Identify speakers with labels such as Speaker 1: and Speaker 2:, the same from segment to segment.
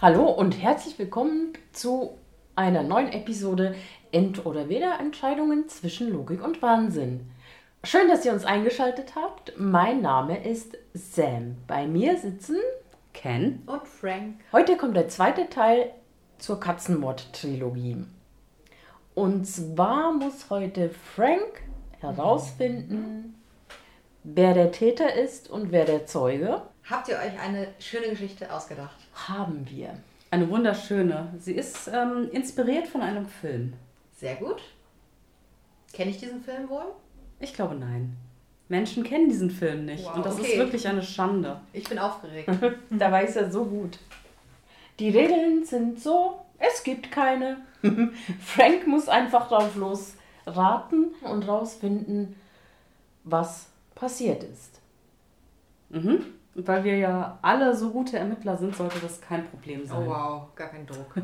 Speaker 1: Hallo und herzlich willkommen zu einer neuen Episode End- oder Weder-Entscheidungen zwischen Logik und Wahnsinn. Schön, dass ihr uns eingeschaltet habt. Mein Name ist Sam. Bei mir sitzen Ken.
Speaker 2: Und Frank.
Speaker 1: Heute kommt der zweite Teil zur Katzenmord-Trilogie. Und zwar muss heute Frank herausfinden, wer der Täter ist und wer der Zeuge.
Speaker 2: Habt ihr euch eine schöne Geschichte ausgedacht?
Speaker 1: Haben wir.
Speaker 3: Eine wunderschöne. Sie ist ähm, inspiriert von einem Film.
Speaker 2: Sehr gut. Kenne ich diesen Film wohl?
Speaker 3: Ich glaube nein. Menschen kennen diesen Film nicht.
Speaker 2: Wow,
Speaker 3: und das
Speaker 2: okay.
Speaker 3: ist wirklich eine Schande.
Speaker 2: Ich bin aufgeregt.
Speaker 1: Da war ich ja so gut. Die Regeln sind so, es gibt keine. Frank muss einfach drauf los raten und rausfinden, was passiert ist.
Speaker 3: Mhm. Und weil wir ja alle so gute Ermittler sind, sollte das kein Problem sein.
Speaker 2: Oh wow, gar kein Druck.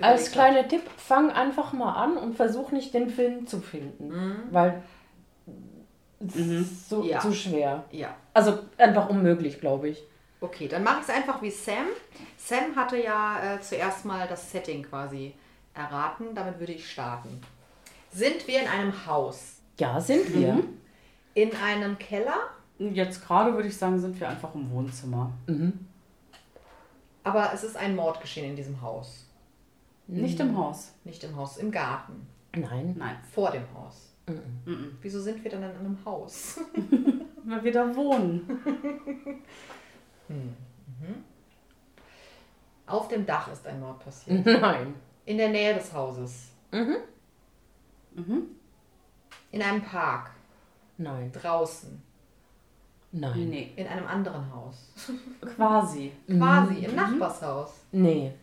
Speaker 1: Als kleiner Tipp, fang einfach mal an und versuch nicht den Film zu finden, weil es ist so,
Speaker 2: Ja.
Speaker 1: so schwer.
Speaker 2: Ja,
Speaker 1: Also einfach unmöglich, glaube ich.
Speaker 2: okay, dann mache ich es einfach wie Sam. Sam hatte ja äh, zuerst mal das Setting quasi erraten. Damit würde ich starten. Sind wir in einem Haus?
Speaker 1: Ja, sind wir.
Speaker 2: In einem Keller?
Speaker 3: Jetzt gerade würde ich sagen, sind wir einfach im Wohnzimmer.
Speaker 2: Aber es ist ein Mord geschehen in diesem Haus. Hm.
Speaker 3: Nicht im Haus.
Speaker 2: Nicht im Haus, im Garten.
Speaker 1: Nein.
Speaker 3: Nein.
Speaker 2: Vor dem Haus. Wieso sind wir dann in einem Haus?
Speaker 3: Weil wir da wohnen.
Speaker 2: Auf dem Dach ist ein Mord
Speaker 1: Mhm.
Speaker 2: passiert.
Speaker 1: Nein.
Speaker 2: In der Nähe des Hauses. In einem Park.
Speaker 1: Nein.
Speaker 2: Draußen.
Speaker 1: Nein.
Speaker 3: Nee.
Speaker 2: In einem anderen Haus.
Speaker 3: Quasi.
Speaker 2: Quasi im Nachbarshaus.
Speaker 1: Nee.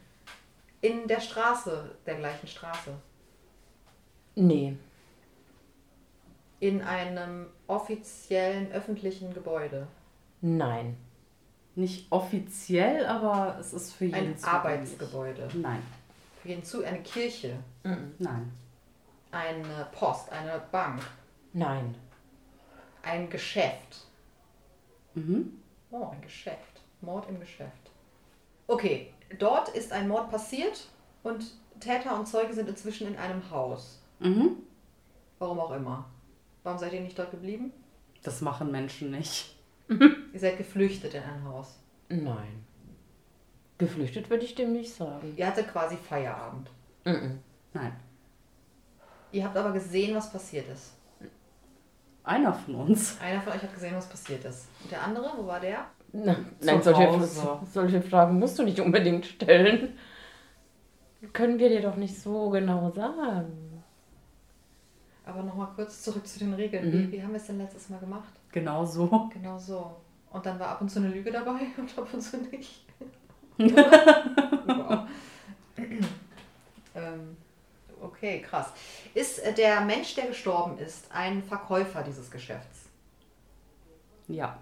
Speaker 2: In der Straße, der gleichen Straße.
Speaker 1: Nee.
Speaker 2: In einem offiziellen öffentlichen Gebäude.
Speaker 1: Nein.
Speaker 3: Nicht offiziell, aber es ist für jeden
Speaker 2: Ein
Speaker 3: zugänglich.
Speaker 2: Arbeitsgebäude.
Speaker 3: Nein.
Speaker 2: Für jeden zu, eine Kirche.
Speaker 3: Nein.
Speaker 2: Eine Post, eine Bank.
Speaker 1: Nein.
Speaker 2: Ein Geschäft.
Speaker 3: Mhm.
Speaker 2: Oh, ein Geschäft. Mord im Geschäft. Okay, dort ist ein Mord passiert und Täter und Zeuge sind inzwischen in einem Haus.
Speaker 3: Mhm.
Speaker 2: Warum auch immer. Warum seid ihr nicht dort geblieben?
Speaker 3: Das machen Menschen nicht.
Speaker 2: Ihr seid geflüchtet in ein Haus.
Speaker 1: Nein. Geflüchtet würde ich dem nicht sagen.
Speaker 2: Ihr hattet quasi Feierabend.
Speaker 1: Mhm.
Speaker 3: Nein.
Speaker 2: Ihr habt aber gesehen, was passiert ist.
Speaker 3: Einer von uns.
Speaker 2: Einer von euch hat gesehen, was passiert ist. Und der andere, wo war der?
Speaker 1: Na,
Speaker 3: Zu
Speaker 1: nein, solche,
Speaker 3: Hause.
Speaker 1: solche Fragen musst du nicht unbedingt stellen. Können wir dir doch nicht so genau sagen.
Speaker 2: Aber nochmal kurz zurück zu den Regeln.
Speaker 3: Mhm.
Speaker 2: Wie, wie haben wir es denn letztes Mal gemacht?
Speaker 3: Genau so.
Speaker 2: Genau so. Und dann war ab und zu eine Lüge dabei und ab und zu nicht. wow. ähm, okay, krass. Ist äh, der Mensch, der gestorben ist, ein Verkäufer dieses Geschäfts?
Speaker 3: Ja.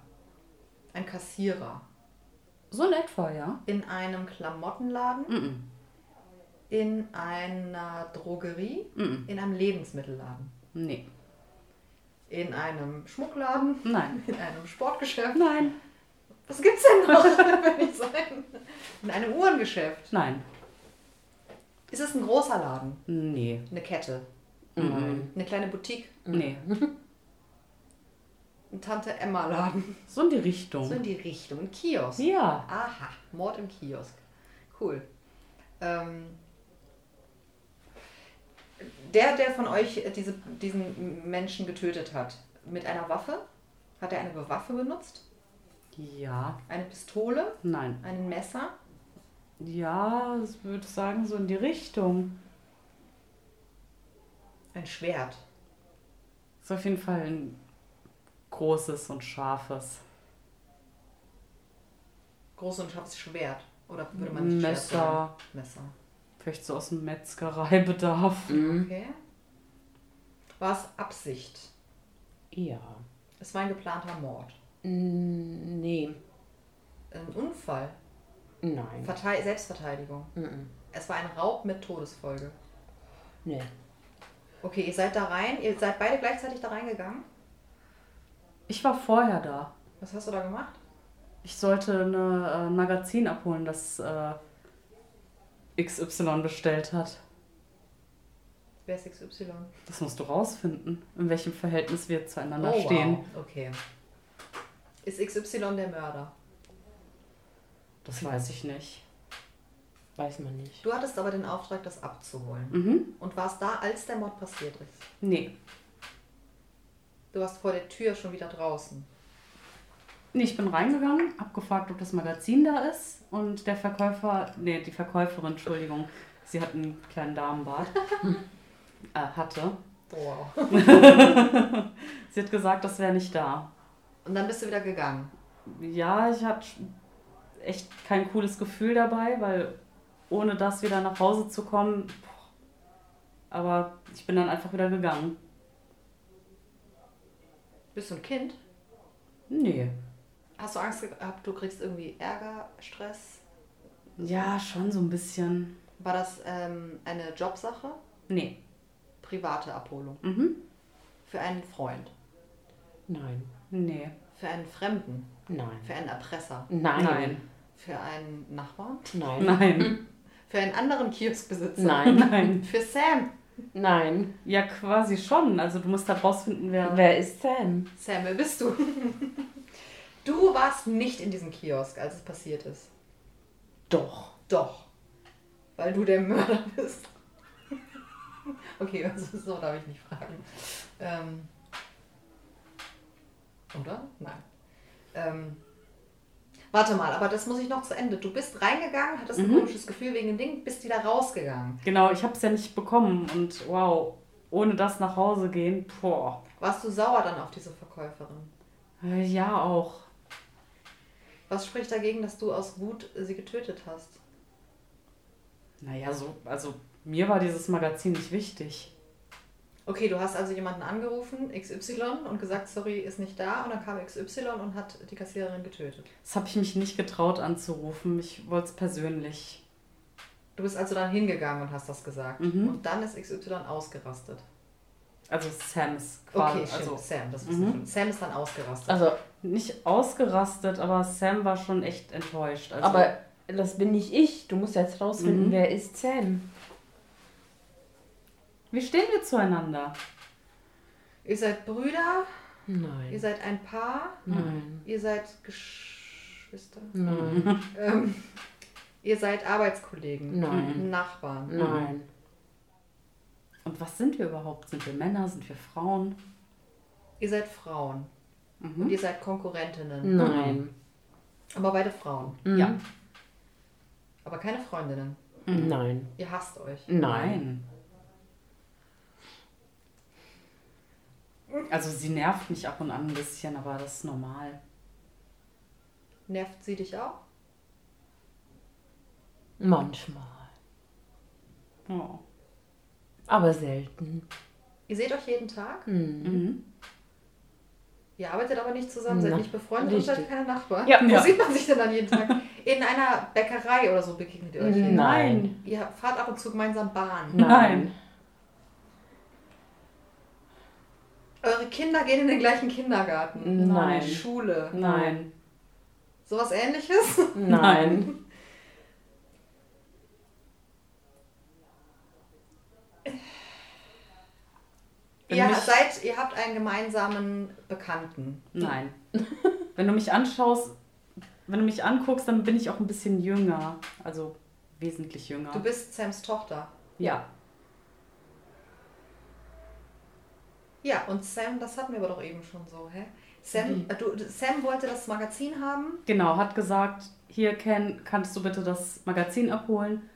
Speaker 2: Ein Kassierer?
Speaker 3: So in etwa, ja.
Speaker 2: In einem Klamottenladen?
Speaker 3: Mhm.
Speaker 2: In einer Drogerie?
Speaker 3: Mhm.
Speaker 2: In einem Lebensmittelladen?
Speaker 3: Nee.
Speaker 2: In einem Schmuckladen?
Speaker 3: Nein.
Speaker 2: In einem Sportgeschäft?
Speaker 3: Nein.
Speaker 2: Was gibt's denn noch? Wenn ich sagen. In einem Uhrengeschäft?
Speaker 3: Nein.
Speaker 2: Ist es ein großer Laden?
Speaker 3: Nee.
Speaker 2: Eine Kette.
Speaker 3: Nein.
Speaker 2: Eine kleine Boutique.
Speaker 3: Nee.
Speaker 2: Ein Tante-Emma-Laden.
Speaker 3: So in die Richtung.
Speaker 2: So in die Richtung. Ein Kiosk.
Speaker 3: ja.
Speaker 2: Aha, Mord im Kiosk. Cool. Ähm, der, der von euch äh, diese, diesen Menschen getötet hat, mit einer Waffe? Hat er eine Waffe benutzt?
Speaker 3: Ja.
Speaker 2: Eine Pistole?
Speaker 3: Nein.
Speaker 2: Ein Messer?
Speaker 3: Ja, ich würde sagen, so in die Richtung.
Speaker 2: Ein Schwert?
Speaker 3: Ist auf jeden Fall ein großes und scharfes
Speaker 2: Groß und scharfes Schwert? Oder würde man es Schwert sagen?
Speaker 3: Messer.
Speaker 2: Messer.
Speaker 3: Vielleicht so aus dem Metzgereibedarf.
Speaker 2: Okay. War es Absicht?
Speaker 1: Ja.
Speaker 2: Es war ein geplanter Mord.
Speaker 1: Mm, Nee.
Speaker 2: Ein Unfall?
Speaker 1: Nein.
Speaker 2: Vertei
Speaker 3: Mhm.
Speaker 2: Selbstverteidigung. Es war ein Raub mit Todesfolge.
Speaker 1: Nee.
Speaker 2: Okay, ihr seid da rein. Ihr seid beide gleichzeitig da reingegangen.
Speaker 3: Ich war vorher da.
Speaker 2: Was hast du da gemacht?
Speaker 3: Ich sollte eine, äh, ein Magazin abholen, das äh, XY bestellt hat.
Speaker 2: Wer ist XY?
Speaker 3: Das musst du rausfinden, in welchem Verhältnis wir zueinander
Speaker 2: Oh,
Speaker 3: stehen.
Speaker 2: Wow. Okay. Ist XY der Mörder?
Speaker 3: Das weiß ich nicht.
Speaker 1: Weiß man nicht.
Speaker 2: Du hattest aber den Auftrag, das abzuholen.
Speaker 3: Mhm.
Speaker 2: Und warst da, als der Mord passiert ist.
Speaker 3: Nee.
Speaker 2: Du warst vor der Tür schon wieder draußen.
Speaker 3: Nee, ich bin reingegangen, hab gefragt, ob das Magazin da ist und der Verkäufer, nee, die Verkäuferin, Entschuldigung, sie hat einen kleinen Damenbart, äh, hatte.
Speaker 2: Wow.
Speaker 3: Sie hat gesagt, das wäre nicht da.
Speaker 2: Und dann bist du wieder gegangen.
Speaker 3: Ja, ich hatte echt kein cooles Gefühl dabei, weil ohne das wieder nach Hause zu kommen, boah. aber ich bin dann einfach wieder gegangen.
Speaker 2: Bist du ein Kind?
Speaker 3: Nee.
Speaker 2: Hast du Angst gehabt, du kriegst irgendwie Ärger, Stress?
Speaker 3: Ja, schon so ein bisschen.
Speaker 2: War das ähm, eine Jobsache?
Speaker 3: Nee.
Speaker 2: Private Abholung?
Speaker 3: Mhm.
Speaker 2: Für einen Freund?
Speaker 1: Nein.
Speaker 3: Nee.
Speaker 2: Für einen Fremden?
Speaker 1: Nein.
Speaker 2: Für einen Erpresser?
Speaker 1: Nein. Nein.
Speaker 3: Nein.
Speaker 2: Für einen Nachbarn?
Speaker 1: Nein.
Speaker 3: Nein.
Speaker 2: Für einen anderen Kioskbesitzer?
Speaker 1: Nein.
Speaker 3: Nein.
Speaker 2: Für Sam?
Speaker 1: Nein.
Speaker 3: Ja, quasi schon. Also du musst halt rausfinden, wer.
Speaker 1: Wer ist Sam?
Speaker 2: Sam, wer bist du? Du warst nicht in diesem Kiosk, als es passiert ist.
Speaker 1: Doch.
Speaker 2: Doch. Weil du der Mörder bist. Okay, also so darf ich nicht fragen. Ähm, oder? Nein. Ähm, warte mal, aber das muss ich noch zu Ende. Du bist reingegangen, hattest ein komisches Gefühl wegen dem Ding, bist wieder rausgegangen.
Speaker 3: Genau, ich hab's ja nicht bekommen und wow, ohne das nach Hause gehen, boah.
Speaker 2: Warst du sauer dann auf diese Verkäuferin?
Speaker 3: Äh, Ja, auch.
Speaker 2: Was spricht dagegen, dass du aus Wut sie getötet hast?
Speaker 3: Naja, so, also mir war dieses Magazin nicht wichtig.
Speaker 2: Okay, du hast also jemanden angerufen, XY, und gesagt, sorry, ist nicht da. Und dann kam XY und hat die Kassiererin getötet.
Speaker 3: Das habe ich mich nicht getraut anzurufen. Ich wollte es persönlich.
Speaker 2: Du bist also dann hingegangen und hast das gesagt.
Speaker 3: Mhm.
Speaker 2: Und dann ist XY ausgerastet.
Speaker 3: Also Sams quasi.
Speaker 2: Okay, stimmt.
Speaker 3: also
Speaker 2: Sam, das
Speaker 3: Mhm.
Speaker 2: mhm. Sam ist dann ausgerastet.
Speaker 1: Also,
Speaker 3: nicht ausgerastet, aber Sam war schon echt enttäuscht. Also,
Speaker 1: aber das bin nicht ich. Du musst jetzt rausfinden,
Speaker 3: Mhm.
Speaker 1: wer ist Sam.
Speaker 3: wie stehen wir zueinander?
Speaker 2: Ihr seid Brüder, ihr
Speaker 1: Nein.
Speaker 2: seid ein Paar,
Speaker 3: Mhm.
Speaker 1: Nein.
Speaker 2: ihr seid Geschwister,
Speaker 1: Nein.
Speaker 2: ähm, ihr seid Arbeitskollegen,
Speaker 1: Nein.
Speaker 2: Nachbarn.
Speaker 1: Nein.
Speaker 3: Und was sind wir überhaupt? Sind wir Männer? Sind wir Frauen?
Speaker 2: Ihr seid Frauen und
Speaker 3: Mhm.
Speaker 2: ihr seid
Speaker 1: Mhm.
Speaker 2: Konkurrentinnen.
Speaker 1: Nein.
Speaker 2: Aber beide Frauen,
Speaker 1: Mhm.
Speaker 3: Ja.
Speaker 2: aber keine Freundinnen.
Speaker 1: Nein.
Speaker 2: Ihr hasst euch.
Speaker 1: Mhm. Nein.
Speaker 3: Also sie nervt mich ab und an ein bisschen, aber das ist normal.
Speaker 2: Nervt sie dich auch?
Speaker 1: Manchmal.
Speaker 3: Oh.
Speaker 1: Aber selten.
Speaker 2: Ihr seht euch jeden Tag,
Speaker 1: Mhm.
Speaker 3: Mhm.
Speaker 2: ihr arbeitet aber nicht zusammen, seid
Speaker 1: Na,
Speaker 2: nicht befreundet und seid
Speaker 1: richtig.
Speaker 2: keine Nachbarn.
Speaker 1: Ja,
Speaker 2: Wo
Speaker 3: ja.
Speaker 2: sieht man sich denn dann jeden Tag? In einer Bäckerei oder so begegnet ihr euch jeden Tag.
Speaker 1: Nein.
Speaker 2: Ihr fahrt ab und zu gemeinsam Bahn.
Speaker 1: Nein.
Speaker 2: Eure Kinder gehen in den gleichen Kindergarten.
Speaker 1: Nein.
Speaker 2: Schule.
Speaker 3: Nein.
Speaker 2: Sowas ähnliches?
Speaker 1: Nein.
Speaker 3: Wenn
Speaker 2: ihr,
Speaker 3: mich-
Speaker 2: seid, ihr habt einen gemeinsamen Bekannten.
Speaker 3: Nein. wenn du mich anschaust, wenn du mich anguckst, dann bin ich auch ein bisschen jünger. Also wesentlich jünger.
Speaker 2: Du bist Sams Tochter.
Speaker 3: ja.
Speaker 2: Ja, und Sam, das hatten wir aber doch eben schon so, hä? Sam, äh, du, Sam wollte das Magazin haben.
Speaker 3: Genau, hat gesagt, hier Ken, kannst du bitte das Magazin abholen?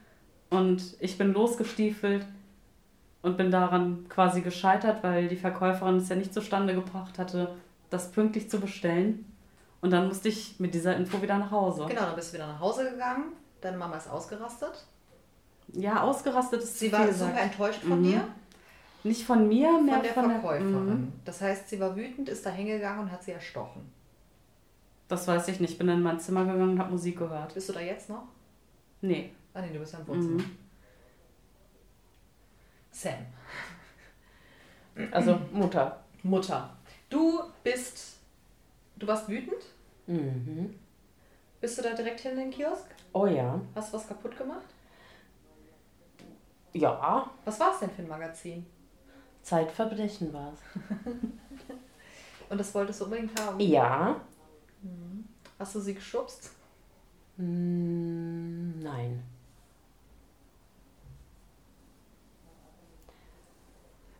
Speaker 3: Und ich bin losgestiefelt und bin daran quasi gescheitert, weil die Verkäuferin es ja nicht zustande gebracht hatte, das pünktlich zu bestellen. Und dann musste ich mit dieser Info wieder nach Hause.
Speaker 2: Genau, dann bist du wieder nach Hause gegangen. Deine Mama ist ausgerastet.
Speaker 3: Ja, ausgerastet ist
Speaker 2: Sie
Speaker 3: zu
Speaker 2: war
Speaker 3: viel
Speaker 2: super
Speaker 3: gesagt.
Speaker 2: enttäuscht von
Speaker 3: Mhm.
Speaker 2: dir,
Speaker 3: Nicht von mir, mehr
Speaker 2: von der
Speaker 3: mhm.
Speaker 2: Verkäuferin. Das heißt, sie war wütend, ist da hingegangen und hat sie erstochen.
Speaker 3: Das weiß ich nicht. Bin dann in mein Zimmer gegangen und habe Musik gehört.
Speaker 2: Bist du da jetzt noch?
Speaker 3: Nee.
Speaker 2: Ah nee, du bist ja im Wohnzimmer.
Speaker 3: Mhm.
Speaker 2: Sam.
Speaker 1: Also Mutter.
Speaker 2: Mutter. Du bist. Du warst wütend?
Speaker 1: Mhm.
Speaker 2: Bist du da direkt hin in den Kiosk?
Speaker 1: Oh ja.
Speaker 2: Hast du was kaputt gemacht?
Speaker 1: Ja,
Speaker 2: Was war es denn für ein Magazin?
Speaker 1: Zeitverbrechen war es.
Speaker 2: Und das wolltest du unbedingt haben.
Speaker 1: Ja.
Speaker 2: Hast du sie geschubst?
Speaker 1: Mm, Nein.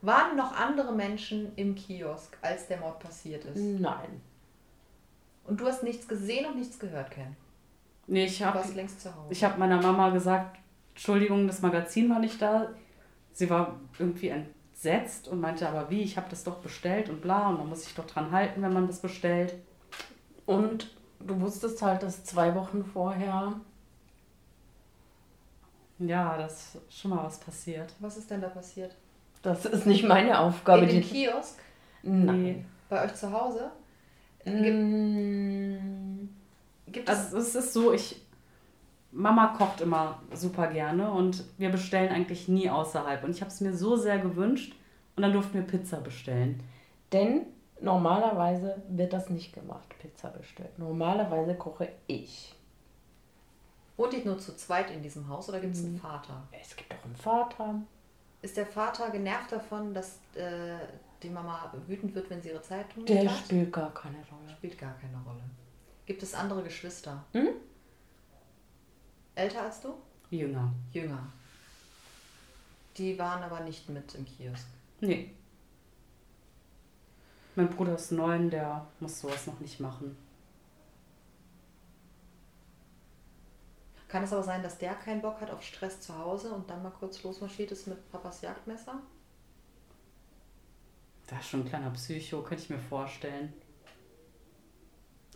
Speaker 2: Waren noch andere Menschen im Kiosk, als der Mord passiert ist?
Speaker 3: Hm.
Speaker 1: Nein.
Speaker 2: Und du hast nichts gesehen und nichts gehört, Ken.
Speaker 3: Nee, ich
Speaker 2: Du
Speaker 3: habe
Speaker 2: warst längst zu Hause.
Speaker 3: ich hab meiner Mama gesagt, Entschuldigung, das Magazin war nicht da. Sie war irgendwie entsetzt und meinte, aber wie, ich habe das doch bestellt und bla, und man muss sich doch dran halten, wenn man das bestellt.
Speaker 1: Und du wusstest halt, dass zwei Wochen vorher
Speaker 3: Ja, das ist schon mal was passiert.
Speaker 2: Was ist denn da passiert?
Speaker 1: Das ist nicht meine Aufgabe.
Speaker 2: in dem
Speaker 1: Die
Speaker 2: Kiosk?
Speaker 3: Nee.
Speaker 1: Nein.
Speaker 2: Bei euch zu Hause?
Speaker 1: Mm,
Speaker 2: Gibt es.
Speaker 3: Ähm, Also es ist so, ich. Mama kocht immer super gerne und wir bestellen eigentlich nie außerhalb. Und ich habe es mir so sehr gewünscht und dann durften wir Pizza bestellen.
Speaker 1: Denn normalerweise wird das nicht gemacht, Pizza bestellt. Normalerweise koche ich.
Speaker 2: Wohnt ihr nur zu zweit in diesem Haus oder gibt es
Speaker 3: Mhm.
Speaker 2: einen Vater?
Speaker 1: Es gibt auch einen Vater.
Speaker 2: Ist der Vater genervt davon, dass äh, die Mama wütend wird, wenn sie ihre Zeitung nicht
Speaker 1: Der
Speaker 2: hat?
Speaker 1: spielt gar keine Rolle.
Speaker 2: Spielt gar keine Rolle. Gibt es andere Geschwister?
Speaker 3: Hm?
Speaker 1: Mhm.
Speaker 2: Älter als du?
Speaker 3: Jünger.
Speaker 2: Jünger. Die waren aber nicht mit im Kiosk.
Speaker 3: Nee. Mein Bruder ist neun, der muss sowas noch nicht machen.
Speaker 2: Kann es aber sein, dass der keinen Bock hat auf Stress zu Hause und dann mal kurz losmarschiert ist mit Papas Jagdmesser?
Speaker 3: Da ist schon ein kleiner Psycho, könnte ich mir vorstellen.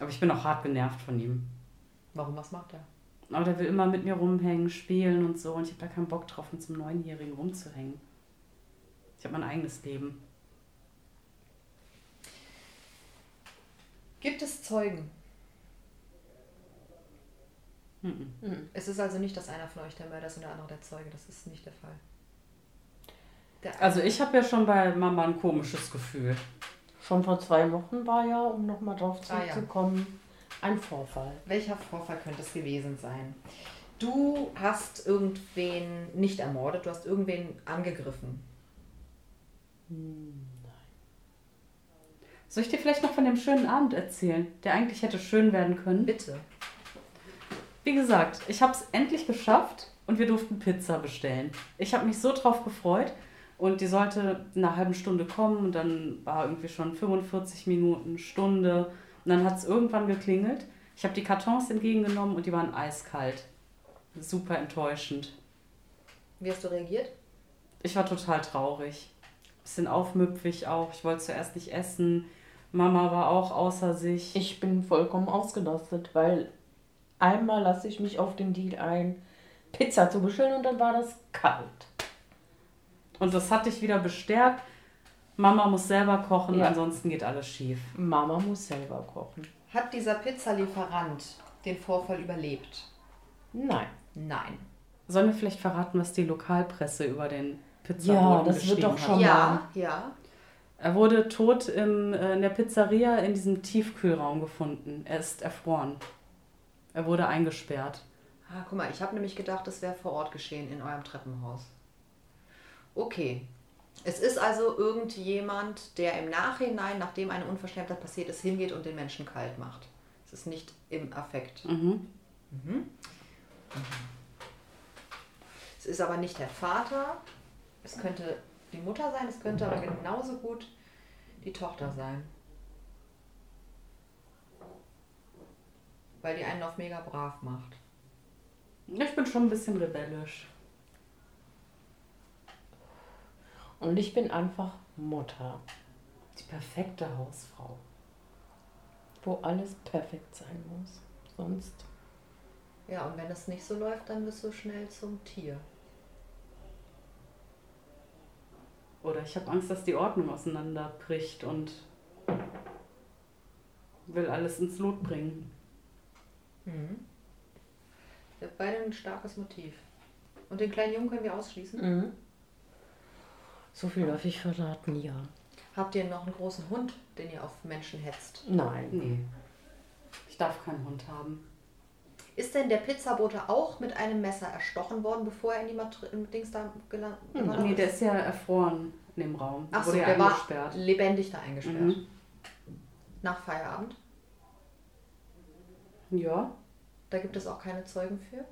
Speaker 3: Aber ich bin auch hart genervt von ihm.
Speaker 2: Warum, was macht er?
Speaker 3: Aber der will immer mit mir rumhängen, spielen und so. Und ich habe da keinen Bock drauf, mit so einem Neunjährigen rumzuhängen. Ich habe mein eigenes Leben.
Speaker 2: Gibt es Zeugen?
Speaker 3: Mhm.
Speaker 2: Es ist also nicht, dass einer von euch der Mörder ist und der andere der Zeuge. Das ist nicht der Fall. Der
Speaker 3: Also ich habe ja schon bei Mama ein komisches Gefühl.
Speaker 1: Schon vor zwei Wochen war ja, um nochmal drauf
Speaker 2: Ah, ja.
Speaker 1: zurückzukommen, ein Vorfall.
Speaker 2: Welcher Vorfall könnte es gewesen sein? Du hast irgendwen nicht ermordet, du hast irgendwen angegriffen.
Speaker 3: Soll ich dir vielleicht noch von dem schönen Abend erzählen, der eigentlich hätte schön werden können?
Speaker 2: Bitte.
Speaker 3: Wie gesagt, ich habe es endlich geschafft und wir durften Pizza bestellen. Ich habe mich so drauf gefreut und die sollte in einer halben Stunde kommen und dann war irgendwie schon 45 Minuten, Stunde und dann hat es irgendwann geklingelt. Ich habe die Kartons entgegengenommen und die waren eiskalt. Super enttäuschend.
Speaker 2: Wie hast du reagiert?
Speaker 3: Ich war total traurig. Bisschen aufmüpfig auch. Ich wollte zuerst nicht essen. Mama war auch außer sich.
Speaker 1: Ich bin vollkommen ausgelastet, weil einmal lasse ich mich auf den Deal ein, Pizza zu bestellen und dann war das kalt.
Speaker 3: Und das hat dich wieder bestärkt. Mama muss selber kochen,
Speaker 1: Ja.
Speaker 3: ansonsten geht alles schief.
Speaker 1: Mama muss selber kochen.
Speaker 2: Hat dieser Pizzalieferant den Vorfall überlebt?
Speaker 1: Nein.
Speaker 2: Nein.
Speaker 3: Sollen wir vielleicht verraten, was die Lokalpresse über den Pizzaboden
Speaker 1: Ja, das wird
Speaker 3: geschrieben
Speaker 1: doch schon
Speaker 3: hat?
Speaker 1: mal.
Speaker 2: Ja, ja.
Speaker 3: Er wurde tot im, äh, in der Pizzeria in diesem Tiefkühlraum gefunden. Er ist erfroren. Er wurde eingesperrt.
Speaker 2: Ah, guck mal, ich habe nämlich gedacht, es wäre vor Ort geschehen in eurem Treppenhaus. Okay. Es ist also irgendjemand, der im Nachhinein, nachdem eine Unverschämtheit passiert ist, hingeht und den Menschen kalt macht. Es ist nicht im Affekt.
Speaker 3: Mhm.
Speaker 2: Es ist aber nicht der Vater, es könnte die Mutter sein, es könnte aber genauso gut die Tochter sein. Weil die einen auf mega brav macht.
Speaker 3: Ich bin schon ein bisschen rebellisch.
Speaker 1: Und ich bin einfach Mutter,
Speaker 3: Die perfekte Hausfrau.
Speaker 1: wo alles perfekt sein muss. Sonst.
Speaker 2: Ja, und wenn das nicht so läuft, dann bist du schnell zum Tier.
Speaker 3: Oder ich habe Angst, dass die Ordnung auseinanderbricht und will alles ins Lot bringen.
Speaker 2: Wir haben beide ein starkes Motiv. Und den kleinen Jungen können wir ausschließen.
Speaker 1: Mhm. So viel darf ich verraten, ja.
Speaker 2: Habt ihr noch einen großen Hund, den ihr auf Menschen hetzt?
Speaker 1: Nein.
Speaker 3: Nee. Ich darf keinen Hund haben.
Speaker 2: Ist denn der Pizzabote auch mit einem Messer erstochen worden, bevor er in die Matri im Dings da gelandet
Speaker 3: Hm, Nee, der ist ja erfroren in dem Raum.
Speaker 2: Ach so,
Speaker 3: Wurde ja
Speaker 2: der war
Speaker 3: eingesperrt.
Speaker 2: lebendig da eingesperrt.
Speaker 3: Mhm.
Speaker 2: Nach Feierabend.
Speaker 3: Ja,
Speaker 2: Da gibt es auch keine Zeugen für.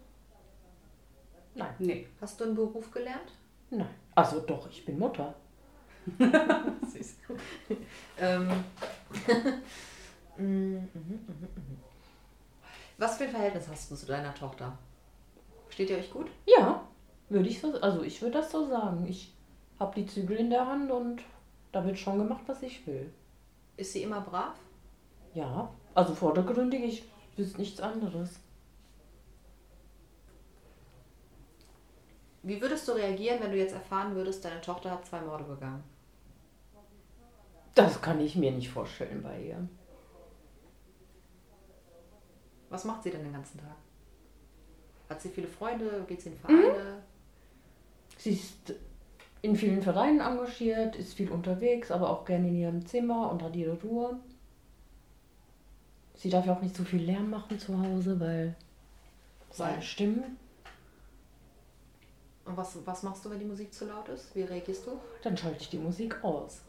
Speaker 1: Nein.
Speaker 3: nee.
Speaker 2: Hast du einen Beruf gelernt?
Speaker 1: Nein. Also doch, ich bin Mutter.
Speaker 2: Süß. ähm. Mhm, mhm, mhm, mhm. Was für ein Verhältnis hast du zu deiner Tochter? Steht ihr euch gut?
Speaker 1: Ja, würde ich so, also ich würde das so sagen. Ich habe die Zügel in der Hand und da wird schon gemacht, was ich will.
Speaker 2: Ist sie immer brav?
Speaker 1: Ja, also vordergründig, ich wüsste nichts anderes.
Speaker 2: Wie würdest du reagieren, wenn du jetzt erfahren würdest, deine Tochter hat zwei Morde begangen?
Speaker 1: Das kann ich mir nicht vorstellen bei ihr.
Speaker 2: Was macht sie denn den ganzen Tag? Hat sie viele Freunde? Geht sie in Vereine?
Speaker 1: Sie ist in vielen Vereinen engagiert, ist viel unterwegs, aber auch gerne in ihrem Zimmer und hat ihre Ruhe. Sie darf ja auch nicht so viel Lärm machen zu Hause, weil seine
Speaker 2: Weil?
Speaker 1: Stimmen.
Speaker 2: Und was, was machst du, wenn die Musik zu laut ist? Wie reagierst du?
Speaker 1: Dann schalte ich die Musik aus.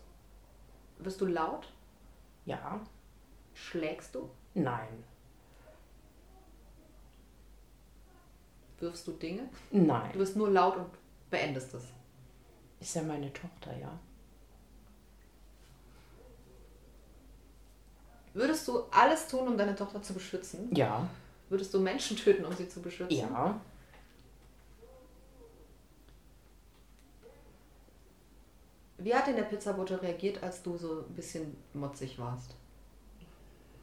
Speaker 2: Bist du laut?
Speaker 1: Ja,
Speaker 2: Schlägst du?
Speaker 1: nein,
Speaker 2: Wirfst du Dinge? Du
Speaker 1: nein.
Speaker 2: bist nur laut und beendest es.
Speaker 1: Ist ja meine Tochter, ja.
Speaker 2: Würdest du alles tun, um deine Tochter zu beschützen?
Speaker 1: Ja,
Speaker 2: Würdest du Menschen töten, um sie zu beschützen?
Speaker 1: ja.
Speaker 2: Wie hat denn der Pizzabote reagiert, als du so ein bisschen motzig warst?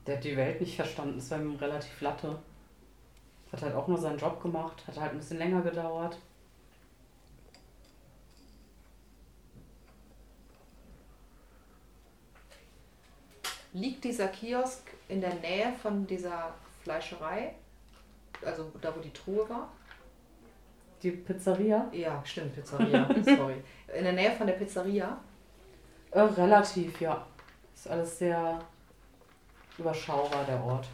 Speaker 3: Der hat die Welt nicht verstanden, ist bei ihm relativ latte. Hat halt auch nur seinen Job gemacht, hat halt ein bisschen länger gedauert.
Speaker 2: Liegt dieser Kiosk in der Nähe von dieser Fleischerei? Also da, wo die Truhe war?
Speaker 3: Die Pizzeria?
Speaker 2: Ja, stimmt, Pizzeria. Sorry. In der Nähe von der Pizzeria.
Speaker 3: Äh, relativ, ja. Ist alles sehr überschaubar, der Ort.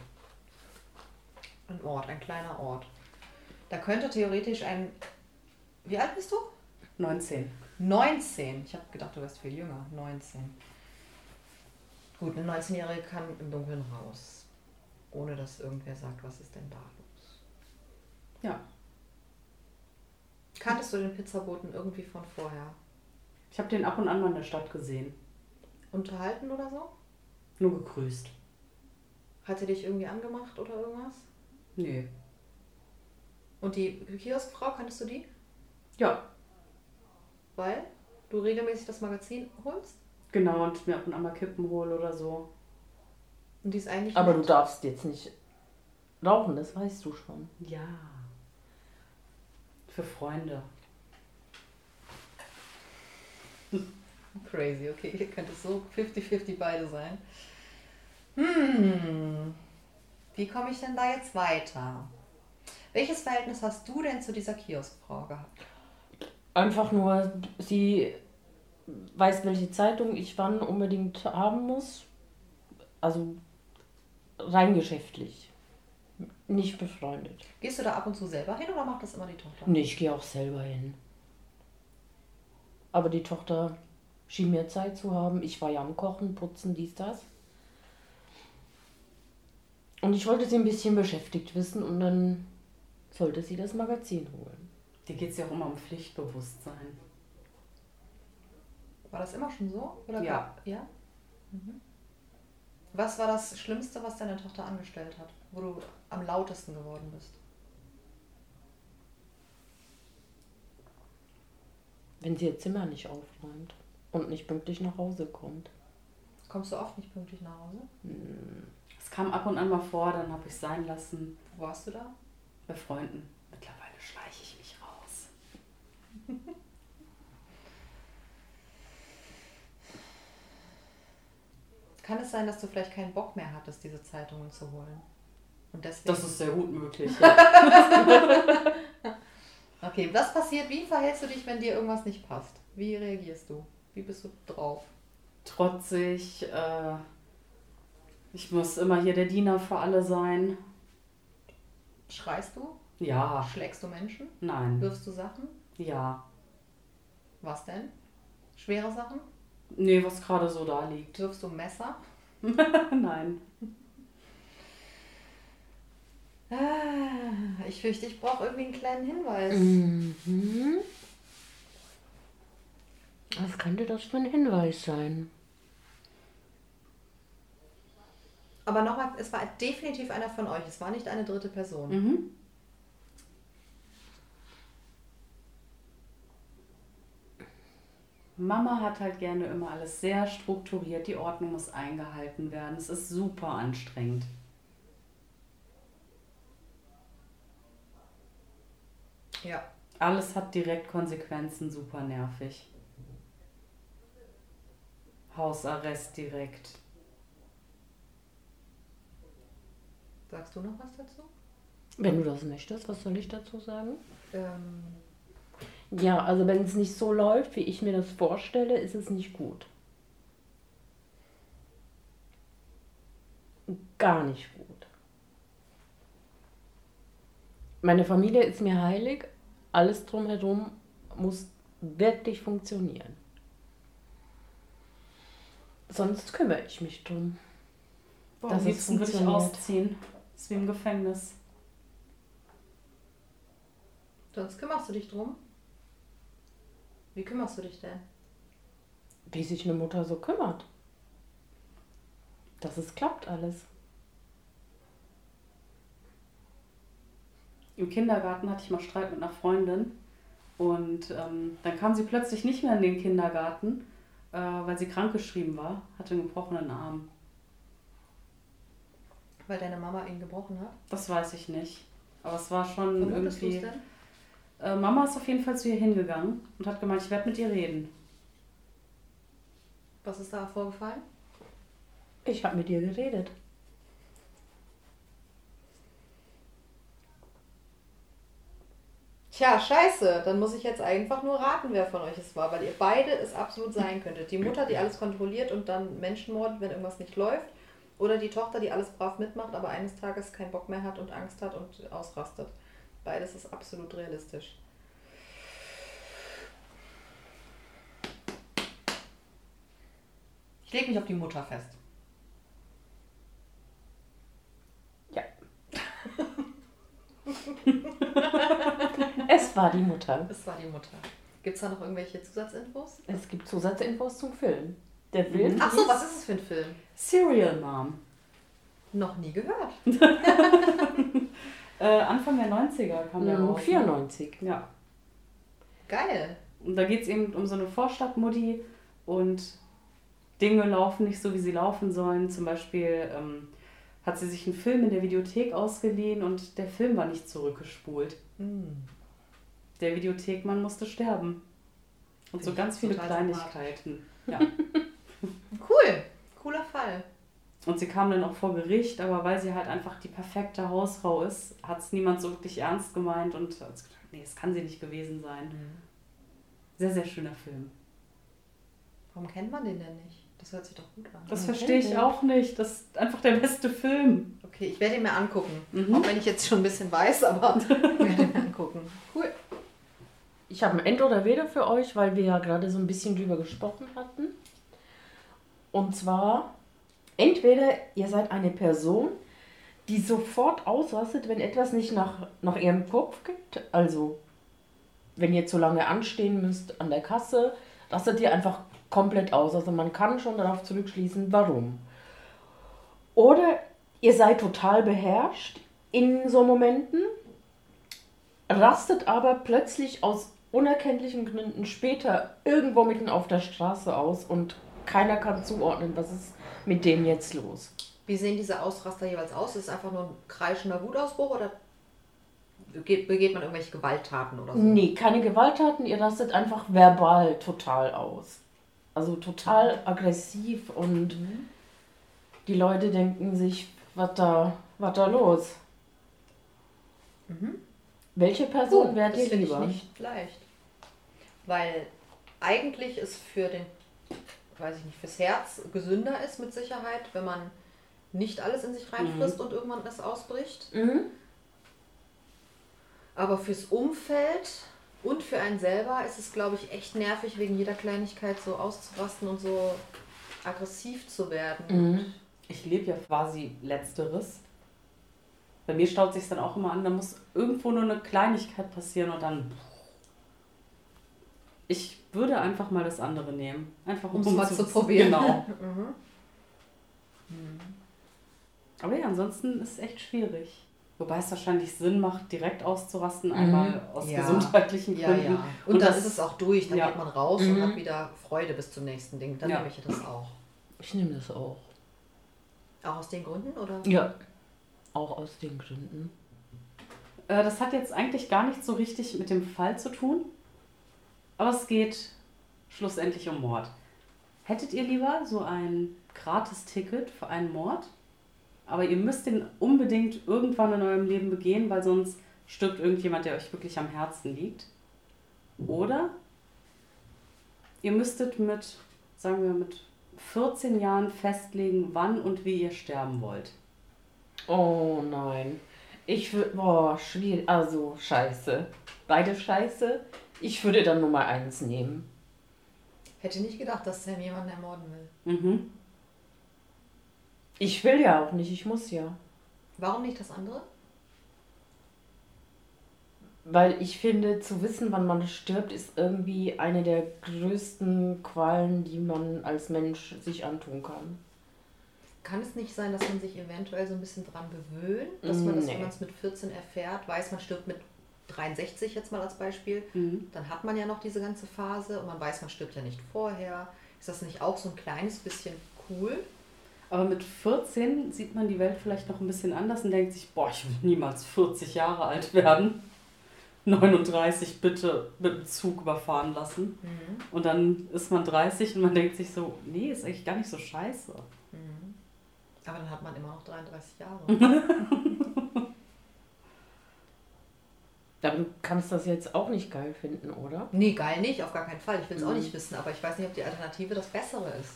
Speaker 2: Ein Ort, ein kleiner Ort. Da könnte theoretisch ein. Wie alt bist du?
Speaker 3: 19.
Speaker 2: 19. Ich habe gedacht, du wärst viel jünger. 19. Gut, eine 19-Jährige kann im Dunkeln raus. Ohne dass irgendwer sagt, was ist denn da los.
Speaker 3: Ja.
Speaker 2: Kanntest du den Pizzaboten irgendwie von vorher?
Speaker 3: Ich habe den ab und an mal in der Stadt gesehen.
Speaker 2: Unterhalten oder so?
Speaker 3: Nur gegrüßt.
Speaker 2: Hat er dich irgendwie angemacht oder irgendwas?
Speaker 3: Nee.
Speaker 2: Und die Kioskfrau, kanntest du die?
Speaker 3: Ja,
Speaker 2: Weil du regelmäßig das Magazin holst?
Speaker 3: genau. Und mir ab und an mal Kippen hole oder so.
Speaker 2: Und die ist eigentlich.
Speaker 1: Aber du
Speaker 2: nett.
Speaker 1: darfst jetzt nicht rauchen, das weißt du schon.
Speaker 3: Ja. Für Freunde.
Speaker 2: Crazy, okay. Ihr könnt es so 50-50 beide sein. Hm. Wie komme ich denn da jetzt weiter? Welches Verhältnis hast du denn zu dieser Kioskfrau gehabt?
Speaker 1: Einfach nur, sie weiß, welche Zeitung ich wann unbedingt haben muss. Also rein geschäftlich. Nicht befreundet.
Speaker 2: Gehst du da ab und zu selber hin oder macht das immer die Tochter?
Speaker 1: Nee, ich gehe auch selber hin. Aber die Tochter schien mir Zeit zu haben. Ich war ja am Kochen, Putzen, dies, das. Und ich wollte sie ein bisschen beschäftigt wissen und dann sollte sie das Magazin holen.
Speaker 3: Dir geht es ja auch immer um Pflichtbewusstsein.
Speaker 2: War das immer schon so? Oder
Speaker 3: Ja.
Speaker 2: gab- ja? Mhm. Was war das Schlimmste, was deine Tochter angestellt hat, wo du am lautesten geworden bist?
Speaker 1: Wenn sie ihr Zimmer nicht aufräumt und nicht pünktlich nach Hause kommt.
Speaker 2: Kommst du oft nicht pünktlich nach Hause?
Speaker 3: Es kam ab und an mal vor, dann habe ich es sein lassen.
Speaker 2: Wo warst du da?
Speaker 3: Bei Freunden. Mittlerweile schleiche ich mich raus.
Speaker 2: Kann es sein, dass du vielleicht keinen Bock mehr hattest, diese Zeitungen zu holen? Und deswegen.
Speaker 3: Das ist sehr gut möglich. Ja.
Speaker 2: Okay, was passiert? Wie verhältst du dich, wenn dir irgendwas nicht passt? Wie reagierst du? Wie bist du drauf?
Speaker 3: trotzig. Äh, ich muss immer hier der Diener für alle sein.
Speaker 2: Schreist du?
Speaker 3: Ja,
Speaker 2: Schlägst du Menschen?
Speaker 3: nein,
Speaker 2: Wirfst du Sachen?
Speaker 3: ja.
Speaker 2: Was denn? Schwere Sachen?
Speaker 3: Nee, was gerade so da liegt.
Speaker 2: Wirfst du Messer?
Speaker 3: nein.
Speaker 2: Ah, Ich fürchte, ich brauche irgendwie einen kleinen Hinweis.
Speaker 1: Mhm. Was könnte das für ein Hinweis sein?
Speaker 2: Aber nochmal, es war definitiv einer von euch. Es war nicht eine dritte Person.
Speaker 3: Mhm. Mama hat halt gerne immer alles sehr strukturiert. Die Ordnung muss eingehalten werden. Es ist super anstrengend.
Speaker 2: Ja.
Speaker 3: Alles hat direkt Konsequenzen, super nervig. Hausarrest direkt.
Speaker 2: Sagst du noch was dazu?
Speaker 1: Wenn du das möchtest, was soll ich dazu sagen?
Speaker 2: Ähm,
Speaker 1: Ja, also wenn es nicht so läuft, wie ich mir das vorstelle, ist es nicht gut. Gar nicht gut. Meine Familie ist mir heilig, alles drumherum muss wirklich funktionieren. Sonst kümmere ich mich drum.
Speaker 3: Boah,
Speaker 1: Dass
Speaker 3: am
Speaker 1: es
Speaker 3: liebsten würde ich
Speaker 1: funktioniert.
Speaker 3: ausziehen. Ist wie im Gefängnis.
Speaker 2: sonst kümmerst du dich drum? Wie kümmerst du dich denn?
Speaker 1: wie sich eine Mutter so kümmert. Dass es klappt alles.
Speaker 3: Im Kindergarten hatte ich mal Streit mit einer Freundin und ähm, dann kam sie plötzlich nicht mehr in den Kindergarten, äh, weil sie krankgeschrieben war, hatte einen gebrochenen Arm.
Speaker 2: Weil deine Mama ihn gebrochen hat?
Speaker 3: Das weiß ich nicht. Aber es war schon
Speaker 2: Vermutest du es
Speaker 3: irgendwie.
Speaker 2: denn?
Speaker 3: Äh, Mama ist auf jeden Fall zu ihr hingegangen und hat gemeint, ich werde mit ihr reden.
Speaker 2: Was ist da vorgefallen?
Speaker 1: Ich habe mit ihr geredet.
Speaker 2: Tja, scheiße. Dann muss ich jetzt einfach nur raten, wer von euch es war, weil ihr beide es absolut sein könntet. Die Mutter, die alles kontrolliert und dann Menschenmord, wenn irgendwas nicht läuft. Oder die Tochter, die alles brav mitmacht, aber eines Tages keinen Bock mehr hat und Angst hat und ausrastet. Beides ist absolut realistisch. Ich lege mich auf die Mutter fest.
Speaker 1: Ja. es war die Mutter.
Speaker 2: Es war die Mutter. Gibt es da noch irgendwelche Zusatzinfos?
Speaker 1: Es gibt Zusatzinfos zum Film. Der Film
Speaker 2: Ach so,
Speaker 1: hieß
Speaker 2: was ist es für ein Film?
Speaker 3: Serial Mom.
Speaker 2: Noch nie gehört.
Speaker 3: Äh, Anfang der 90er kam der
Speaker 1: ähm,
Speaker 3: raus.
Speaker 1: 94.
Speaker 3: Ja.
Speaker 2: Geil.
Speaker 3: Und da geht es eben um so eine Vorstadtmutti und Dinge laufen nicht so, wie sie laufen sollen. Zum Beispiel ähm, hat sie sich einen Film in der Videothek ausgeliehen und der Film war nicht zurückgespult.
Speaker 2: Hm.
Speaker 3: Der Videothekmann musste sterben. Und
Speaker 2: Finde
Speaker 3: so
Speaker 2: ich
Speaker 3: ganz viele
Speaker 2: total
Speaker 3: Kleinigkeiten. Ja.
Speaker 2: Cool. Cooler Fall.
Speaker 3: Und sie kam dann auch vor Gericht, aber weil sie halt einfach die perfekte Hausfrau ist, hat es niemand so wirklich ernst gemeint und hat gedacht, nee, das kann sie nicht gewesen sein. Sehr, sehr schöner Film.
Speaker 2: Warum kennt man den denn nicht? Das hört sich doch Ah, gut an.
Speaker 3: Das
Speaker 1: Ja,
Speaker 3: verstehe ich
Speaker 1: kenn ich.
Speaker 3: auch nicht. Das ist einfach der beste Film.
Speaker 2: Okay, ich werde ihn mir angucken.
Speaker 3: Mhm.
Speaker 2: Auch wenn ich jetzt schon ein bisschen weiß, aber ich werde ihn mir angucken. Cool.
Speaker 1: Ich habe ein Entweder oder Weder für euch, weil wir ja gerade so ein bisschen drüber gesprochen hatten. Und zwar, entweder ihr seid eine Person, die sofort ausrastet, wenn etwas nicht nach, nach ihrem Kopf geht. Also, wenn ihr zu lange anstehen müsst an der Kasse, rastet ihr einfach komplett aus. Also man kann schon darauf zurückschließen, warum. Oder ihr seid total beherrscht in so Momenten rastet aber plötzlich aus unerkenntlichen Gründen später irgendwo mitten auf der Straße aus und keiner kann zuordnen, was ist mit dem jetzt los.
Speaker 2: Wie sehen diese Ausraster jeweils aus? Ist es einfach nur ein kreischender Wutausbruch oder geht- begeht man irgendwelche Gewalttaten oder so?
Speaker 1: Nee, keine Gewalttaten, ihr rastet einfach verbal total aus. Also total aggressiv und die Leute Mhm. denken sich, was da, was da los? Welche Person
Speaker 2: Puh,
Speaker 1: wärt
Speaker 2: Also, das
Speaker 1: Also, ihr
Speaker 2: finde
Speaker 1: lieber?
Speaker 2: Ich nicht leicht. Weil eigentlich es für den, weiß ich nicht, fürs Herz gesünder ist mit Sicherheit, wenn man nicht alles in sich reinfrisst und irgendwann es ausbricht.
Speaker 1: Mhm.
Speaker 2: Aber fürs Umfeld und für einen selber ist es, glaube ich, echt nervig, wegen jeder Kleinigkeit so auszurasten und so aggressiv zu werden.
Speaker 1: Mhm.
Speaker 3: Ich lebe ja quasi Letzteres. Bei mir staut sich dann auch immer an, da muss irgendwo nur eine Kleinigkeit passieren und dann. Ich würde einfach mal das andere nehmen. Einfach
Speaker 2: Um's
Speaker 3: um
Speaker 2: mal
Speaker 3: zu-
Speaker 2: zu probieren.
Speaker 3: Genau.
Speaker 2: Mhm.
Speaker 3: Aber ja, ansonsten ist es echt schwierig. Wobei es wahrscheinlich Sinn macht, direkt auszurasten, einmal aus
Speaker 2: Mhm. Ja.
Speaker 3: gesundheitlichen
Speaker 2: Ja,
Speaker 3: Gründen.
Speaker 2: ja. Und, dann ist es auch durch, dann
Speaker 3: Ja.
Speaker 2: geht man raus
Speaker 1: Mhm.
Speaker 2: und hat wieder Freude bis zum nächsten Ding. Dann
Speaker 3: Ja.
Speaker 2: nehme ich das auch.
Speaker 1: Ich nehme das auch.
Speaker 2: Auch aus den Gründen, oder?
Speaker 1: Ja. Auch aus den Gründen.
Speaker 3: Äh, Das hat jetzt eigentlich gar nicht so richtig mit dem Fall zu tun, aber es geht schlussendlich um Mord. Hättet ihr lieber so ein Gratis-Ticket für einen Mord, aber ihr müsst den unbedingt irgendwann in eurem Leben begehen, weil sonst stirbt irgendjemand, der euch wirklich am Herzen liegt? Oder ihr müsstet mit, sagen wir, mit 14 Jahren festlegen, wann und wie ihr sterben wollt.
Speaker 1: Oh nein. Ich würde. Boah, schwierig. Also, scheiße. Beide scheiße. Ich würde dann Nummer eins nehmen.
Speaker 2: Hätte nicht gedacht, dass Sam jemanden ermorden will.
Speaker 3: Mhm.
Speaker 1: Ich will ja auch nicht, ich muss ja.
Speaker 2: Warum nicht das andere?
Speaker 1: Weil ich finde, zu wissen, wann man stirbt, ist irgendwie eine der größten Qualen, die man als Mensch sich antun kann.
Speaker 2: Kann es nicht sein, dass man sich eventuell so ein bisschen dran gewöhnt, dass man das, wenn
Speaker 1: Nee.
Speaker 2: man es mit 14 erfährt, weiß, man stirbt mit 63 jetzt mal als Beispiel,
Speaker 3: Mhm.
Speaker 2: dann hat man ja noch diese ganze Phase und man weiß, man stirbt ja nicht vorher. Ist das nicht auch so ein kleines bisschen cool?
Speaker 3: Aber mit 14 sieht man die Welt vielleicht noch ein bisschen anders und denkt sich, boah, ich will niemals 40 Jahre alt werden. 39 bitte mit dem Zug überfahren lassen.
Speaker 2: Mhm.
Speaker 3: Und dann ist man 30 und man denkt sich so, nee, ist eigentlich gar nicht so scheiße.
Speaker 2: Aber dann hat man immer noch 33 Jahre.
Speaker 1: Aber du kannst das jetzt auch nicht geil finden, oder?
Speaker 2: nee, geil nicht, auf gar keinen Fall. Ich will es
Speaker 3: Mhm.
Speaker 2: auch nicht wissen, aber ich weiß nicht, ob die Alternative das Bessere ist.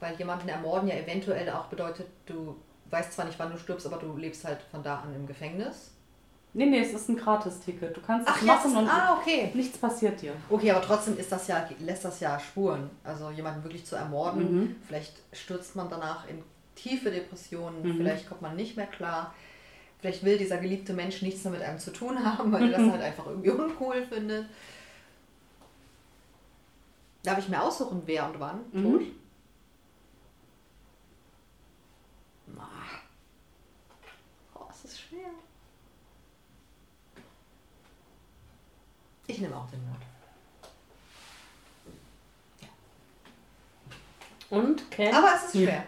Speaker 2: Weil jemanden ermorden ja eventuell auch bedeutet, du weißt zwar nicht, wann du stirbst, aber du lebst halt von da an im Gefängnis.
Speaker 3: Nee, nee, es ist ein Gratis-Ticket. Du kannst
Speaker 2: Ach
Speaker 3: es
Speaker 2: ja, das
Speaker 3: machen
Speaker 2: ist,
Speaker 3: und
Speaker 2: ah, okay.
Speaker 3: nichts passiert dir.
Speaker 2: Okay, aber trotzdem ist das ja, lässt das ja Spuren. Also jemanden wirklich zu ermorden,
Speaker 3: Mhm.
Speaker 2: vielleicht stürzt man danach in tiefe Depressionen,
Speaker 3: Mhm.
Speaker 2: vielleicht kommt man nicht mehr klar. Vielleicht will dieser geliebte Mensch nichts mehr mit einem zu tun haben, weil
Speaker 3: Mhm.
Speaker 2: er das halt einfach irgendwie uncool findet. Darf ich mir aussuchen, wer und wann?
Speaker 3: Mhm.
Speaker 2: Tot? Na. Oh, es Ah. ist schwer. Ich nehme auch den Mord.
Speaker 1: Und Ken?
Speaker 2: Aber es ist
Speaker 3: Hm.
Speaker 2: schwer.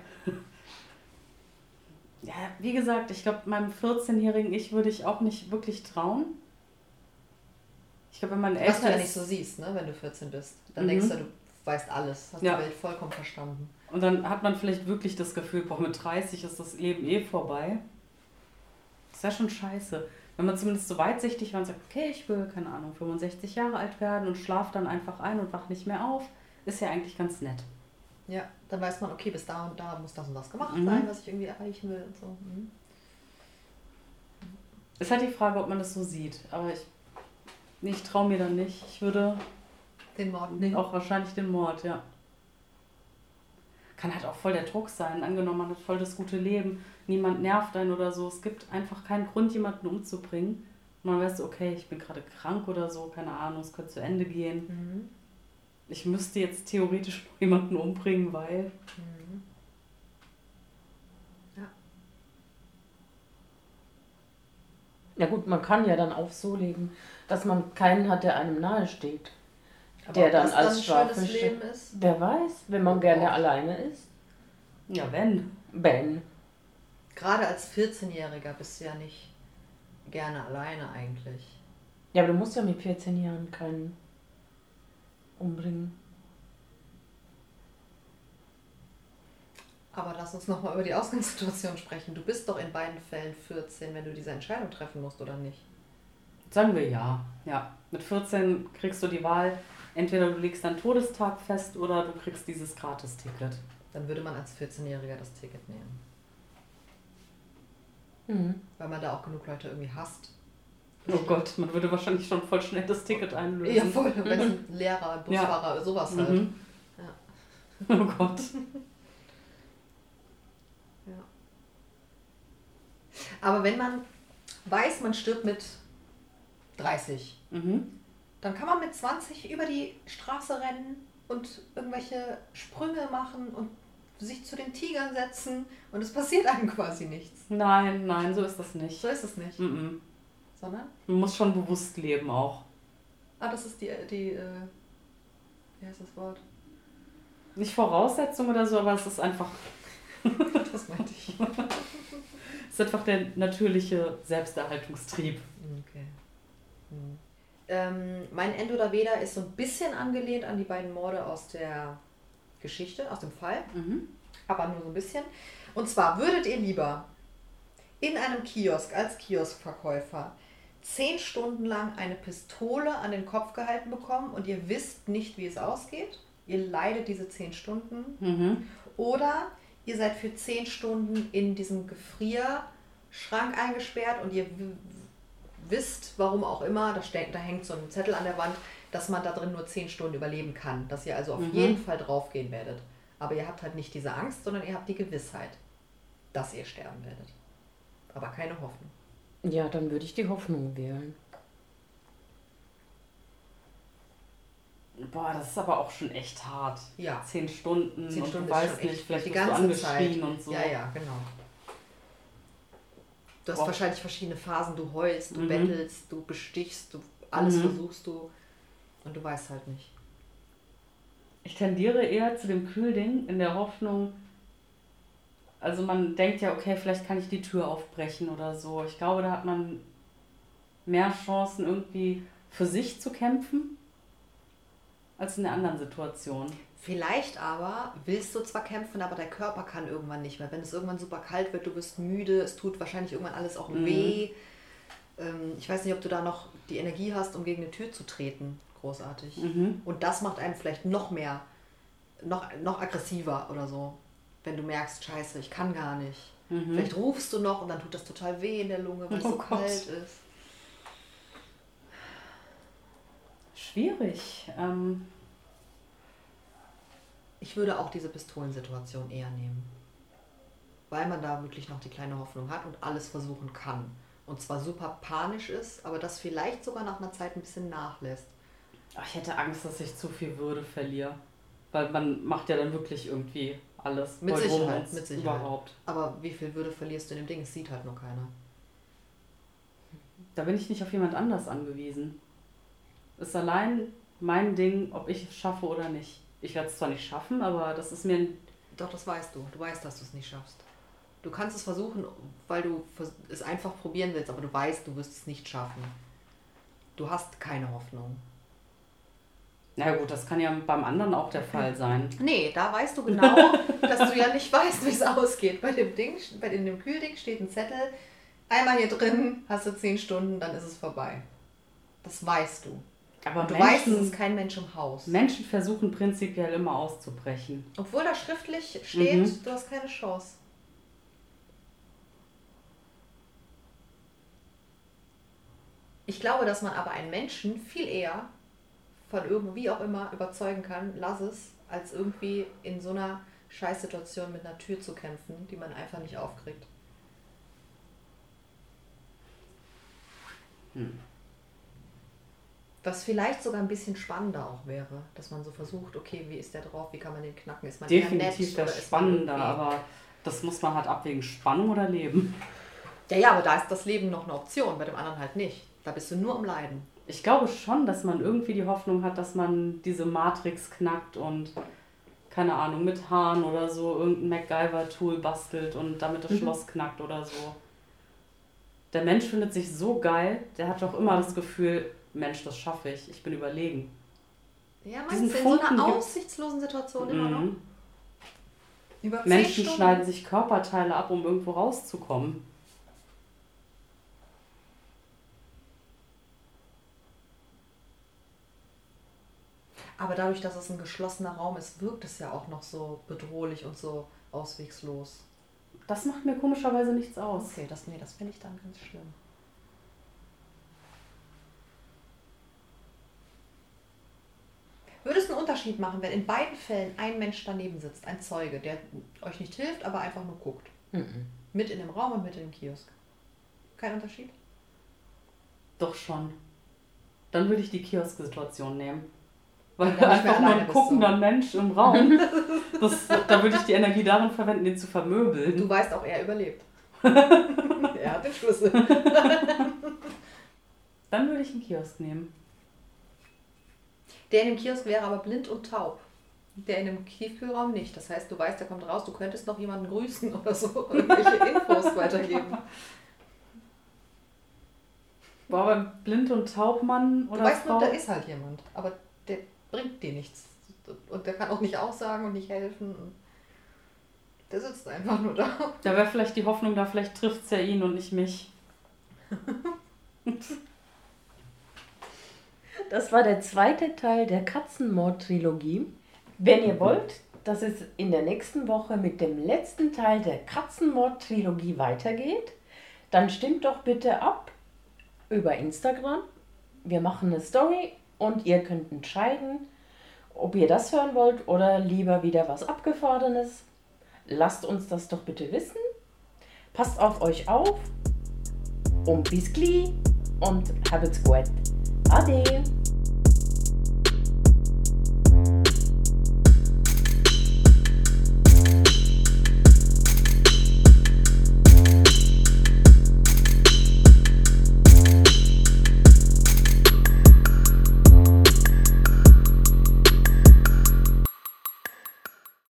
Speaker 3: Ja, wie gesagt, ich glaube, meinem 14-jährigen Ich würde ich auch nicht wirklich trauen. Ich glaube, wenn man
Speaker 2: Was du
Speaker 3: älter
Speaker 2: ja
Speaker 3: ist.
Speaker 2: nicht so siehst, ne, wenn du 14 bist. Dann
Speaker 3: Mhm.
Speaker 2: denkst du, du weißt alles, hast
Speaker 3: Ja.
Speaker 2: die Welt vollkommen verstanden.
Speaker 3: Und dann hat man vielleicht wirklich das Gefühl, boah, mit 30 ist das Leben eh vorbei. Ist ja schon scheiße. Wenn man zumindest so weitsichtig war und sagt, okay, ich will, keine Ahnung, 65 Jahre alt werden und schlaf dann einfach ein und wach nicht mehr auf, ist ja eigentlich ganz nett.
Speaker 2: Ja, dann weiß man, okay, bis da und da muss das und das gemacht
Speaker 3: Mhm.
Speaker 2: sein, was ich irgendwie erreichen will und so. Mhm.
Speaker 3: Ist halt die Frage, ob man das so sieht. Aber ich, nee, ich traue mir dann nicht. Ich würde
Speaker 2: Den Mord nehmen.
Speaker 3: auch wahrscheinlich den Mord, ja. Kann halt auch voll der Druck sein. Angenommen, man hat voll das gute Leben, niemand nervt einen oder so. Es gibt einfach keinen Grund, jemanden umzubringen. Und man weiß, okay, ich bin gerade krank oder so, keine Ahnung, es könnte zu Ende gehen.
Speaker 2: Mhm.
Speaker 3: Ich müsste jetzt theoretisch noch jemanden umbringen, weil.
Speaker 2: Mhm.
Speaker 1: Ja gut, man kann ja dann auch so leben, dass man keinen hat, der einem nahesteht.
Speaker 2: Aber
Speaker 1: Der
Speaker 2: ob
Speaker 1: dann
Speaker 2: das
Speaker 1: als
Speaker 2: ein
Speaker 1: Strafe
Speaker 2: schönes
Speaker 1: steht.
Speaker 2: Leben ist.
Speaker 1: Wer weiß, wenn man gerne
Speaker 2: Boah.
Speaker 1: alleine ist.
Speaker 3: Ja, wenn.
Speaker 1: Ben.
Speaker 2: Gerade als 14-Jähriger bist du ja nicht gerne alleine eigentlich.
Speaker 1: Ja, aber du musst ja mit 14 Jahren keinen umbringen.
Speaker 2: Aber lass uns nochmal über die Ausgangssituation sprechen. Du bist doch in beiden Fällen 14, wenn du diese Entscheidung treffen musst, oder nicht?
Speaker 3: Sagen wir ja. Ja. Mit 14 kriegst du die Wahl, entweder du legst deinen Todestag fest oder du kriegst dieses Gratis-Ticket.
Speaker 2: Dann würde man als 14-Jähriger das Ticket nehmen.
Speaker 1: Mhm.
Speaker 2: Weil man da auch genug Leute irgendwie hasst.
Speaker 3: Oh Gott, man würde wahrscheinlich schon voll schnell das Ticket einlösen.
Speaker 2: Ja, voll. Mhm. Lehrer, Busfahrer, sowas halt.
Speaker 3: Mhm. Oh Gott.
Speaker 2: Ja. Aber wenn man weiß, man stirbt mit 30,
Speaker 3: Mhm.
Speaker 2: dann kann man mit 20 über die Straße rennen und irgendwelche Sprünge machen und sich zu den Tigern setzen und es passiert einem quasi nichts.
Speaker 3: Nein, nein, so ist das nicht.
Speaker 2: So ist es nicht,
Speaker 3: Mhm.
Speaker 2: sondern,
Speaker 3: Man muss schon bewusst leben auch.
Speaker 2: ah, das ist die, die, äh, wie heißt das Wort?
Speaker 3: Nicht Voraussetzung oder so, aber es ist einfach,
Speaker 2: Das meinte ich.
Speaker 3: es ist einfach der natürliche Selbsterhaltungstrieb.
Speaker 2: Okay. Hm. Ähm, mein End oder Weder ist so ein bisschen angelehnt an die beiden Morde aus der Geschichte, aus dem Fall,
Speaker 3: Mhm.
Speaker 2: aber nur so ein bisschen. Und zwar würdet ihr lieber in einem Kiosk als Kioskverkäufer zehn Stunden lang eine Pistole an den Kopf gehalten bekommen und ihr wisst nicht, wie es ausgeht. Ihr leidet diese zehn Stunden.
Speaker 3: Mhm.
Speaker 2: Oder ihr seid für zehn Stunden in diesem Gefrierschrank eingesperrt und ihr w- wisst, warum auch immer, da, ste- da hängt so ein Zettel an der Wand, dass man da drin nur zehn Stunden überleben kann. Dass ihr also auf
Speaker 3: Mhm.
Speaker 2: jeden Fall draufgehen werdet. Aber ihr habt halt nicht diese Angst, sondern ihr habt die Gewissheit, dass ihr sterben werdet. Aber keine Hoffnung.
Speaker 1: Ja, dann würde ich die Hoffnung wählen.
Speaker 3: Boah, das ist aber auch schon echt hart.
Speaker 2: Ja.
Speaker 3: Zehn Stunden
Speaker 2: Zehn
Speaker 3: und
Speaker 2: Stunden
Speaker 3: du
Speaker 2: ist
Speaker 3: weißt
Speaker 2: schon
Speaker 3: nicht,
Speaker 2: echt
Speaker 3: vielleicht
Speaker 2: die
Speaker 3: wirst du
Speaker 2: ganze Zeit.
Speaker 3: angeschrien und so.
Speaker 2: Ja, ja, genau. Du hast
Speaker 3: Wow.
Speaker 2: wahrscheinlich verschiedene Phasen. Du heulst, du
Speaker 3: Mhm.
Speaker 2: bettelst, du bestichst, du alles
Speaker 3: Mhm.
Speaker 2: versuchst du und du weißt halt nicht.
Speaker 3: Ich tendiere eher zu dem Kühlding in der Hoffnung, also man denkt ja, okay, vielleicht kann ich die Tür aufbrechen oder so. Ich glaube, da hat man mehr Chancen irgendwie für sich zu kämpfen als in der anderen Situation.
Speaker 2: Vielleicht aber willst du zwar kämpfen, aber dein Körper kann irgendwann nicht mehr. Wenn es irgendwann super kalt wird, du bist müde, es tut wahrscheinlich irgendwann alles auch
Speaker 3: Mhm.
Speaker 2: weh. Ähm, ich weiß nicht, ob du da noch die Energie hast, um gegen eine Tür zu treten. Großartig.
Speaker 3: Mhm.
Speaker 2: Und das macht einen vielleicht noch mehr, noch, noch aggressiver oder so. Wenn du merkst, scheiße, ich kann gar nicht.
Speaker 3: Mhm.
Speaker 2: Vielleicht rufst du noch und dann tut das total weh in der Lunge, weil es
Speaker 3: Oh
Speaker 2: so
Speaker 3: Gott.
Speaker 2: kalt ist.
Speaker 3: Schwierig. Ähm,
Speaker 2: Ich würde auch diese Pistolensituation eher nehmen. Weil man da wirklich noch die kleine Hoffnung hat und alles versuchen kann. Und zwar super panisch ist, aber das vielleicht sogar nach einer Zeit ein bisschen nachlässt.
Speaker 3: ach, ich hätte Angst, dass ich zu viel Würde verliere. Weil man macht ja dann wirklich irgendwie alles.
Speaker 2: Mit
Speaker 3: voll drum
Speaker 2: Sicherheit,
Speaker 3: und
Speaker 2: mit Sicherheit.
Speaker 3: Überhaupt.
Speaker 2: Aber wie viel Würde verlierst du in dem Ding? Es sieht halt nur keiner.
Speaker 3: Da bin ich nicht auf jemand anders angewiesen. Ist allein mein Ding, ob ich es schaffe oder nicht. Ich werde es zwar nicht schaffen, aber das ist mir.
Speaker 2: Doch, das weißt du. Du weißt, dass du es nicht schaffst. Du kannst es versuchen, weil du vers- es einfach probieren willst, aber du weißt, du wirst es nicht schaffen. Du hast keine Hoffnung.
Speaker 3: Na gut, das kann ja beim anderen auch der Fall sein.
Speaker 2: Nee, da weißt du genau, dass du ja nicht weißt, wie es ausgeht. Bei dem Ding, bei in dem Kühlding steht ein Zettel. Einmal hier drin, hast du zehn Stunden, dann ist es vorbei. Das weißt du.
Speaker 3: Aber
Speaker 2: Und du weißt, es
Speaker 3: Menschen,
Speaker 2: ist kein Mensch im Haus.
Speaker 3: Menschen versuchen prinzipiell immer auszubrechen.
Speaker 2: Obwohl da schriftlich steht,
Speaker 3: Mhm.
Speaker 2: du hast keine Chance. Ich glaube, dass man aber einen Menschen viel eher von irgendwie auch immer überzeugen kann, lass es, als irgendwie in so einer Scheißsituation mit einer Tür zu kämpfen, die man einfach nicht aufkriegt.
Speaker 3: Hm.
Speaker 2: Was vielleicht sogar ein bisschen spannender auch wäre, dass man so versucht, okay, wie ist der drauf, wie kann man den knacken, ist man eher
Speaker 3: Definitiv
Speaker 2: Also nett,
Speaker 3: wäre
Speaker 2: oder
Speaker 3: es
Speaker 2: ist man
Speaker 3: spannender,
Speaker 2: irgendwie-
Speaker 3: aber das muss man halt abwägen: Spannung oder Leben.
Speaker 2: Ja, ja, aber da ist das Leben noch eine Option, bei dem anderen halt nicht. Da bist du nur am Leiden.
Speaker 3: Ich glaube schon, dass man irgendwie die Hoffnung hat, dass man diese Matrix knackt und keine Ahnung, mit Haaren oder so irgendein MacGyver-Tool bastelt und damit
Speaker 2: Mhm.
Speaker 3: das Schloss knackt oder so. Der Mensch findet sich so geil, der hat doch immer das Gefühl, Mensch, das schaffe ich, ich bin überlegen.
Speaker 2: Ja, meinst
Speaker 3: Diesen
Speaker 2: du, in so
Speaker 3: Funken
Speaker 2: einer
Speaker 3: gibt-
Speaker 2: aussichtslosen Situation immer noch?
Speaker 3: Mhm.
Speaker 2: Über zehn
Speaker 3: Menschen
Speaker 2: Stunden?
Speaker 3: schneiden sich Körperteile ab, um irgendwo rauszukommen.
Speaker 2: Aber dadurch, dass es ein geschlossener Raum ist, wirkt es ja auch noch so bedrohlich und so auswegslos.
Speaker 3: Das macht mir komischerweise nichts aus.
Speaker 2: Okay, das, nee, das finde ich dann ganz schlimm. Würde es einen Unterschied machen, wenn in beiden Fällen ein Mensch daneben sitzt, ein Zeuge, der euch nicht hilft, aber einfach nur guckt?
Speaker 1: Mhm.
Speaker 2: Mit in dem Raum und mit in dem Kiosk. Kein Unterschied?
Speaker 3: Doch schon. Dann würde ich die Kiosksituation nehmen. Weil
Speaker 2: Wenn du nicht mehr
Speaker 3: einfach nur
Speaker 2: alleine
Speaker 3: ein
Speaker 2: bist,
Speaker 3: guckender Mensch im Raum. Das, da würde ich die Energie darin verwenden, den zu vermöbeln.
Speaker 2: Du weißt auch, er überlebt. er hat den Schlüssel.
Speaker 3: Dann würde ich einen Kiosk nehmen.
Speaker 2: Der in dem Kiosk wäre aber blind und taub. Der in dem Tiefkühlraum nicht. Das heißt, du weißt, der kommt raus, du könntest noch jemanden grüßen oder so. Irgendwelche Infos weitergeben.
Speaker 3: Boah, aber blind und taubmann
Speaker 2: Du
Speaker 3: oder
Speaker 2: weißt
Speaker 3: Frau?
Speaker 2: nur, da ist halt jemand. Aber der bringt dir nichts. Und der kann auch nicht aussagen und nicht helfen. Und Der sitzt einfach nur da.
Speaker 3: da wäre vielleicht die Hoffnung, da vielleicht trifft es ja ihn und nicht mich.
Speaker 1: Das war der zweite Teil der Katzenmord-Trilogie. Wenn ihr wollt, dass es in der nächsten Woche mit dem letzten Teil der Katzenmord-Trilogie weitergeht, dann stimmt doch bitte ab über Instagram. Wir machen eine Story und ihr könnt entscheiden, ob ihr das hören wollt oder lieber wieder was Abgefahrenes. Lasst uns das doch bitte wissen. Passt auf euch auf. Und bis gleich und habt's gut. Ade.